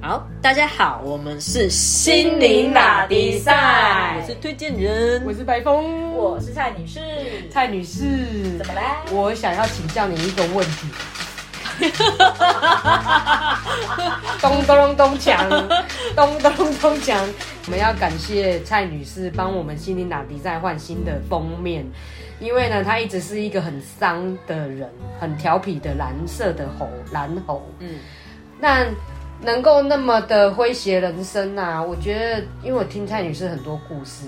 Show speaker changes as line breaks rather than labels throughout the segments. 好，大家好，我们是
心灵马迪赛
我是推荐人
我。是白峰，
我是蔡女士，
蔡女士
怎。么啦？
我想要请教你一个问题。 咚咚咚咚 锵，咚咚咚锵！我们要感谢蔡女士帮我们心灵打迪赛换新的封面，因为呢，她一直是一个很丧的人，很调皮的蓝色的猴，蓝猴。
嗯，
但能够那么的诙谐人生啊，我觉得，因为我听蔡女士很多故事，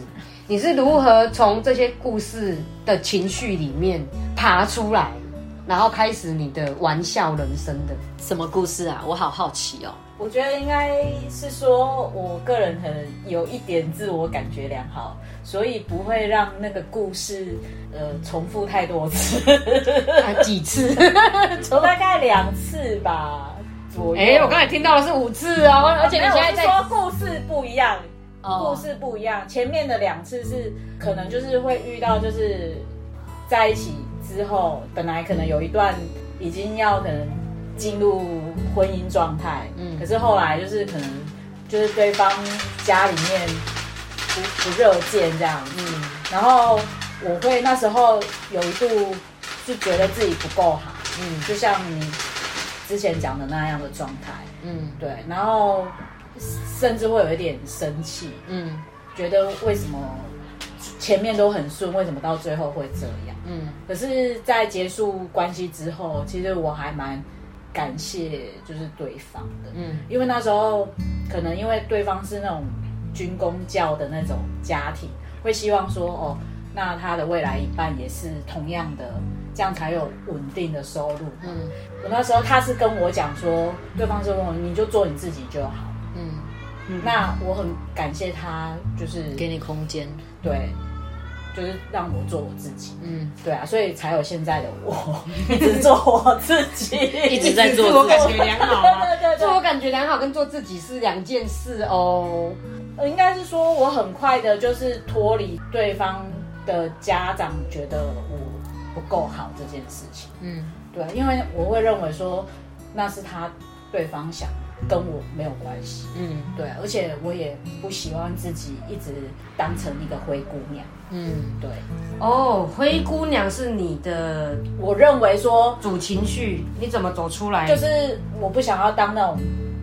你是如何从这些故事的情绪里面爬出来，然后开始你的玩笑人生的？
什么故事啊？我好好奇哦。
我觉得应该是说，我个人很有一点自我感觉良好，所以不会让那个故事呃重复太多次，
啊、几次？
大概两次吧左右。
哎、我刚才听到的是五次哦，而且你现在在
没有我是说故事不一样，
哦
故事不一样。前面的两次是可能就是会遇到，就是在一起之后，本来可能有一段已经要可能进入婚姻状态，
嗯
嗯，可是后来就是可能就是对方家里面不不热见这样，
嗯，
然后我会那时候有一度就觉得自己不够好，
嗯
嗯，就像你之前讲的那样的状态。
嗯
对，然后甚至会有一点生气，
嗯
觉得为什么前面都很顺，为什么到最后会这样？
嗯
可是，在结束关系之后，其实我还蛮感谢就是对方的，
嗯
因为那时候可能因为对方是那种军工教的那种家庭，会希望说哦，那他的未来一半也是同样的，这样才有稳定的收入。
嗯
我那时候他是跟我讲说，对方是问我你就做你自己就好。
嗯，
那我很感谢他，就是
给你空间。
对，就是让我做我自己，
嗯，
对啊，所以才有现在的我， 一直做我自己，
一直在做
自我感觉良好啊。
对对
自
对
我感觉良好跟做自己是两件事哦。
呃，应该是说我很快的，就是脱离对方的家长觉得我不够好这件事情，
嗯
对，因为我会认为说那是他对方想，跟我没有关系，
嗯
对，而且我也不喜欢自己一直当成一个灰姑娘，
嗯
对。
哦，灰姑娘是你的
我认为说，
主情绪，你怎么走出来？
就是我不想要当那种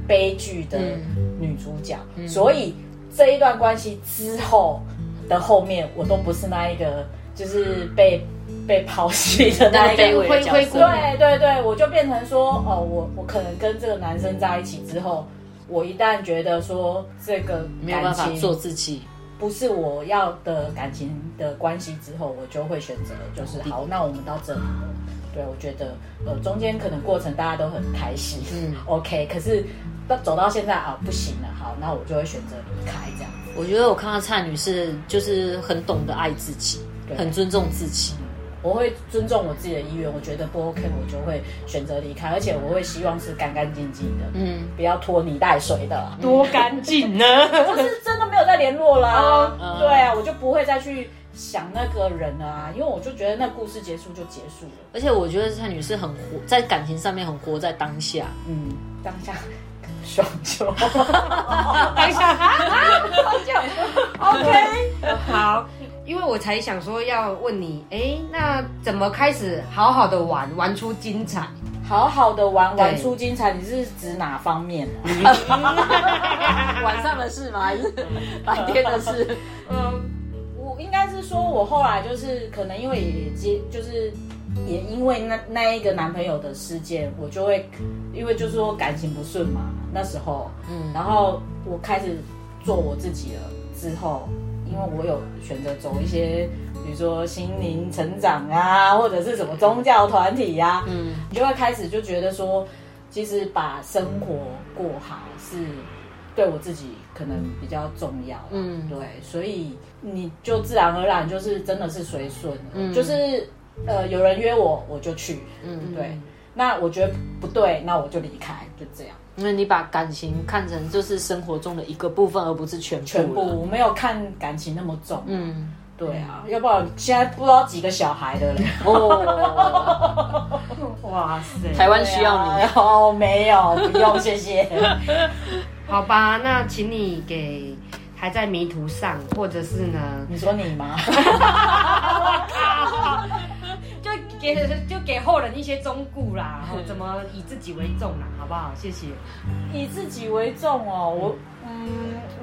悲剧的
嗯
女主角，所以这一段关系之后的后面，我都不是那一个，就是被被抛弃的那一
那个卑
个。
微的角色
灰姑娘
对对对，我就变成说，哦，我我可能跟这个男生在一起之后，我一旦觉得说这个
没有办
感
法
情
做自己。
不是我要的感情的关系之后，我就会选择就是好，那我们到这里了。对，我觉得呃中间可能过程大家都很开心，
嗯
嗯，OK，可是到走到现在啊不行了，好，那我就会选择离开这样子。
我觉得我看到蔡女士就是很懂得爱自己，
对
很尊重自己。
我会尊重我自己的意愿，我觉得不 OK，我就会选择离开，而且我会希望是干干净净的，
嗯
不要拖泥带水的啦。
多干净呢！
就是真的没有再联络啦、
嗯
对啊，我就不会再去想那个人了啊，因为我就觉得那故事结束就结束了。
而且我觉得蔡女士很活在感情上面，很活在当下。
嗯，当下爽 就好。
等一下，OK，好，因为我才想说要问你，哎、那怎么开始好好的玩，玩出精彩？
好好的玩
对
玩出精彩，你是指哪方面、啊？
嗯 晚上的事吗？还是白天的事？
嗯，
我应该是说，我后来就是可能因为也接，就是也因为那那一个男朋友的事件，我就会因为就是说感情不顺嘛，那时候，
嗯
嗯，然后我开始做我自己了之后，因为我有选择走一些。比如说心灵成长啊，或者是什么宗教团体呀、啊，
嗯
你就会开始就觉得说，其实把生活过好是对我自己可能比较重要。
嗯
嗯，对，所以你就自然而然就是真的是随顺了，就是呃有人约我我就去，
嗯，
对，那我觉得不对，那我就离开，就这样。
因为你把感情看成就是生活中的一个部分，而不是全部。
全部我没有看感情那么重，
嗯，
对啊，要不然现在不知道几个小孩的嘞。
哦，
哇 塞，
台湾需要你。
对啊哦，没有，不用，谢谢。
好吧，那请你给还在迷途上，或者是呢，
你说你吗？
就给就给后人一些忠告啦，哦怎么以自己为重啦，好不好？谢谢。
以自己为重哦，我嗯，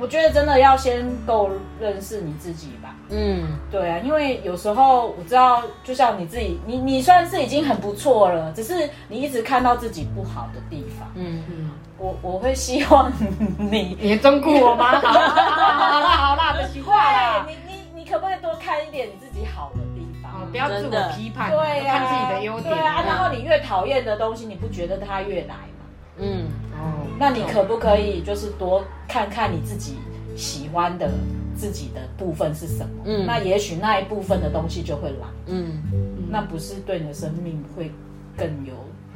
我觉得真的要先够认识你自己吧。
嗯，
对啊，因为有时候我知道，就像你自己，你你算是已经很不错了，只是你一直看到自己不好的地方。
嗯嗯，
我我会希望你，
你忠告我吗？好啦好啦好啦，的习惯啦。
对你你你可不可以多看一点你自己好的地
哦
方？，
不要自
真
我
的
批判，
对呀、
看自己的优点。
对啊，
嗯
然后你越讨厌的东西，你不觉得它越来吗？
嗯，哦，
那你可不可以就是多看看你自己喜欢的自己的部分是什么？
嗯
那也许那一部分的东西就会来，
嗯，
那不是对你的生命会更有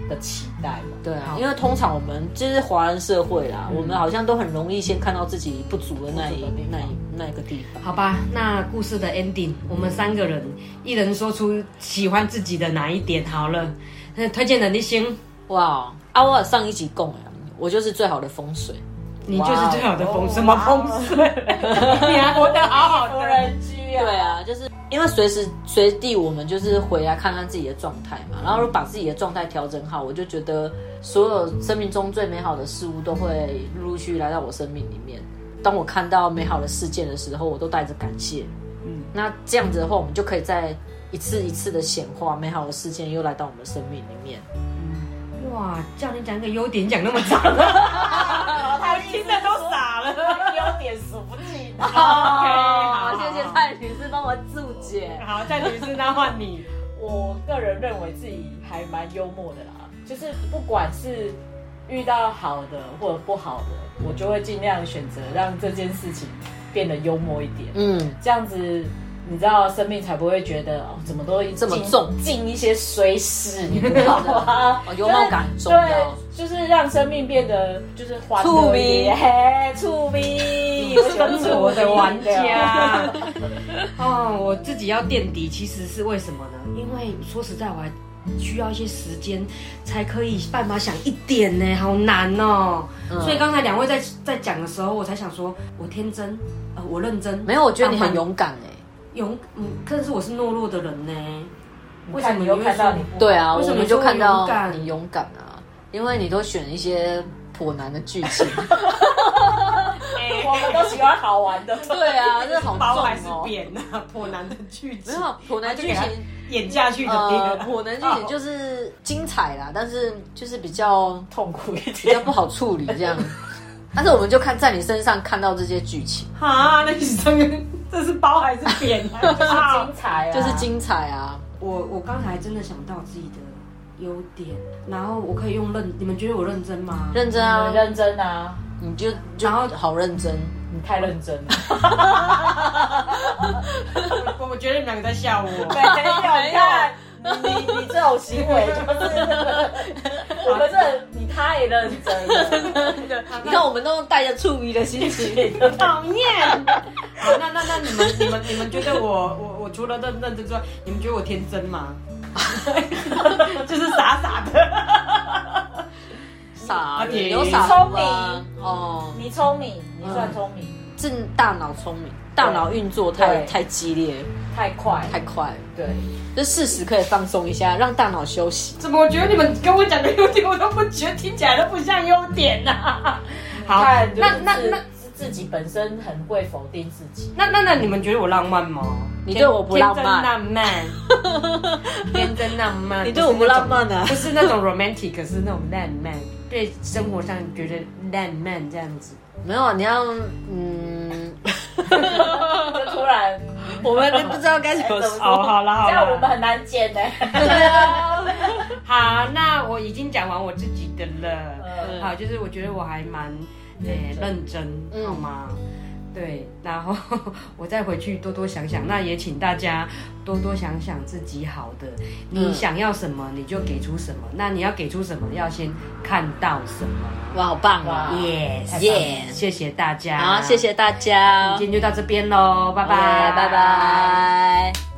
的期待吗？
对啊，因为通常我们就是华人社会啦，我们好像都很容易先看到自己不足的那一
不足的地方
那一那一个地方。
好吧，那故事的 ending，我们三个人一人说出喜欢自己的哪一点好了。那推荐能力星，
哇，啊，我有上一集供哎，我就是最好的风水。
你就是最好的风，
哇哦
什么风水？你还活得好好
无
的。
人居啊，
对啊，就是因为随时随地我们就是回来看看自己的状态嘛，然后如果把自己的状态调整好，我就觉得所有生命中最美好的事物都会陆陆续续来到我生命里面。当我看到美好的事件的时候，我都带着感谢。嗯，那这样子的话，我们就可以在一次一次的显化美好的事件又来到我们的生命里面。
哇，叫你讲一个优点，讲那么长，
哦他听
得都傻了。
优点数不尽。哦
好
好，哦谢谢蔡女士帮我注解。
好，再女士，那换你。
我个人认为自己还蛮幽默的啦，就是不管是遇到好的或者不好的，我就会尽量选择让这件事情变得幽默一点，
嗯，
这样子你知道生命才不会觉得哦怎么都一
这么重
进一些水屎，你知道吗
？哦幽默感
就是
重要
对，就是让生命变得就是欢
醋
乐一点，
迷
嘿， 醋迷，我喜欢
生活的
醋
玩
迷
家。 哦，我自己要垫底，其实是为什么呢？因为说实在，我还需要一些时间才可以办法想一点呢，好难哦。
嗯
所以刚才两位在在讲的时候，我才想说，我天真，呃，我认真，
没有，我觉得你
浪
很
漫
勇敢哎、
勇，嗯，可是我是懦弱的人呢。
你 看你又看到你不好
对啊，
为什
我
么
们就
说
看到
勇敢
你勇敢啊，因为你都选一些颇难的剧 情。
哎我们都喜欢好玩的。
对啊，这好
包
重
还是
哦。
扁啊，颇难的剧
没
情，
有颇难剧
就给
情，
演下去的别
呃，
人。
颇难剧情就是精彩啦，但是就是比较
痛苦一
比 较
点。
不好处理这样。 但是我们就看在你身上看到这些剧情，
啊，那你这个这是包还是扁 啊？
就是精彩啊，
就是精彩啊。
我我刚才真的想到自己的优点，然后我可以用认，你们觉得我认真吗？
认真啊
很，认真啊，
你就就
嗯然后
好认真。
你太认真 了，
我我觉得你们两个在吓我。
没有，你看你你你这种行为就是，我们这你太认真了，
你看，我们都带着触迷的心 情。
讨厌。好，那那那你们你们你们觉得我我我除了认认真之外，你们觉得我天真吗？ 就是傻傻的。
傻人
你
有傻
聪
福啊，哦，
你聪明，你算聪明，
是大脑聪明，大脑运作太
对
太激烈，
嗯
太快，
太快了。
对，
就适时可以放松一下，让大脑休息。
怎么我觉得你们跟我讲的优点，我都不觉得听起来都不像优点呐、 啊？好，
看就是
那那
自
那
自自己本身很会否定自 己，
那那那你们觉得我浪漫吗？
你对我不浪漫，
漫，天真浪漫。
你对我不浪漫啊
不是那种 romantic，是那种浪漫，对生活上觉得浪漫这样子。
没有，你要嗯，
就突然，
我们不知道该怎么
哦，
说。
好啦好
这样我们
啦，
很难剪欸啊呢。
好，那我已经讲完我自己的了。
嗯
好，就是我觉得我还蛮诶认真，
嗯
好吗？对，然后 我再回去多多想想。那也请大家多多想想自己好的，你
嗯
想要什么你就给出什么。那你要给出什么，要先看到什么。
哇，好棒
哇
啊！
Yes,
Yes
谢谢大家。
好，谢。谢大家，
今天就到这边喽，拜拜，
拜拜。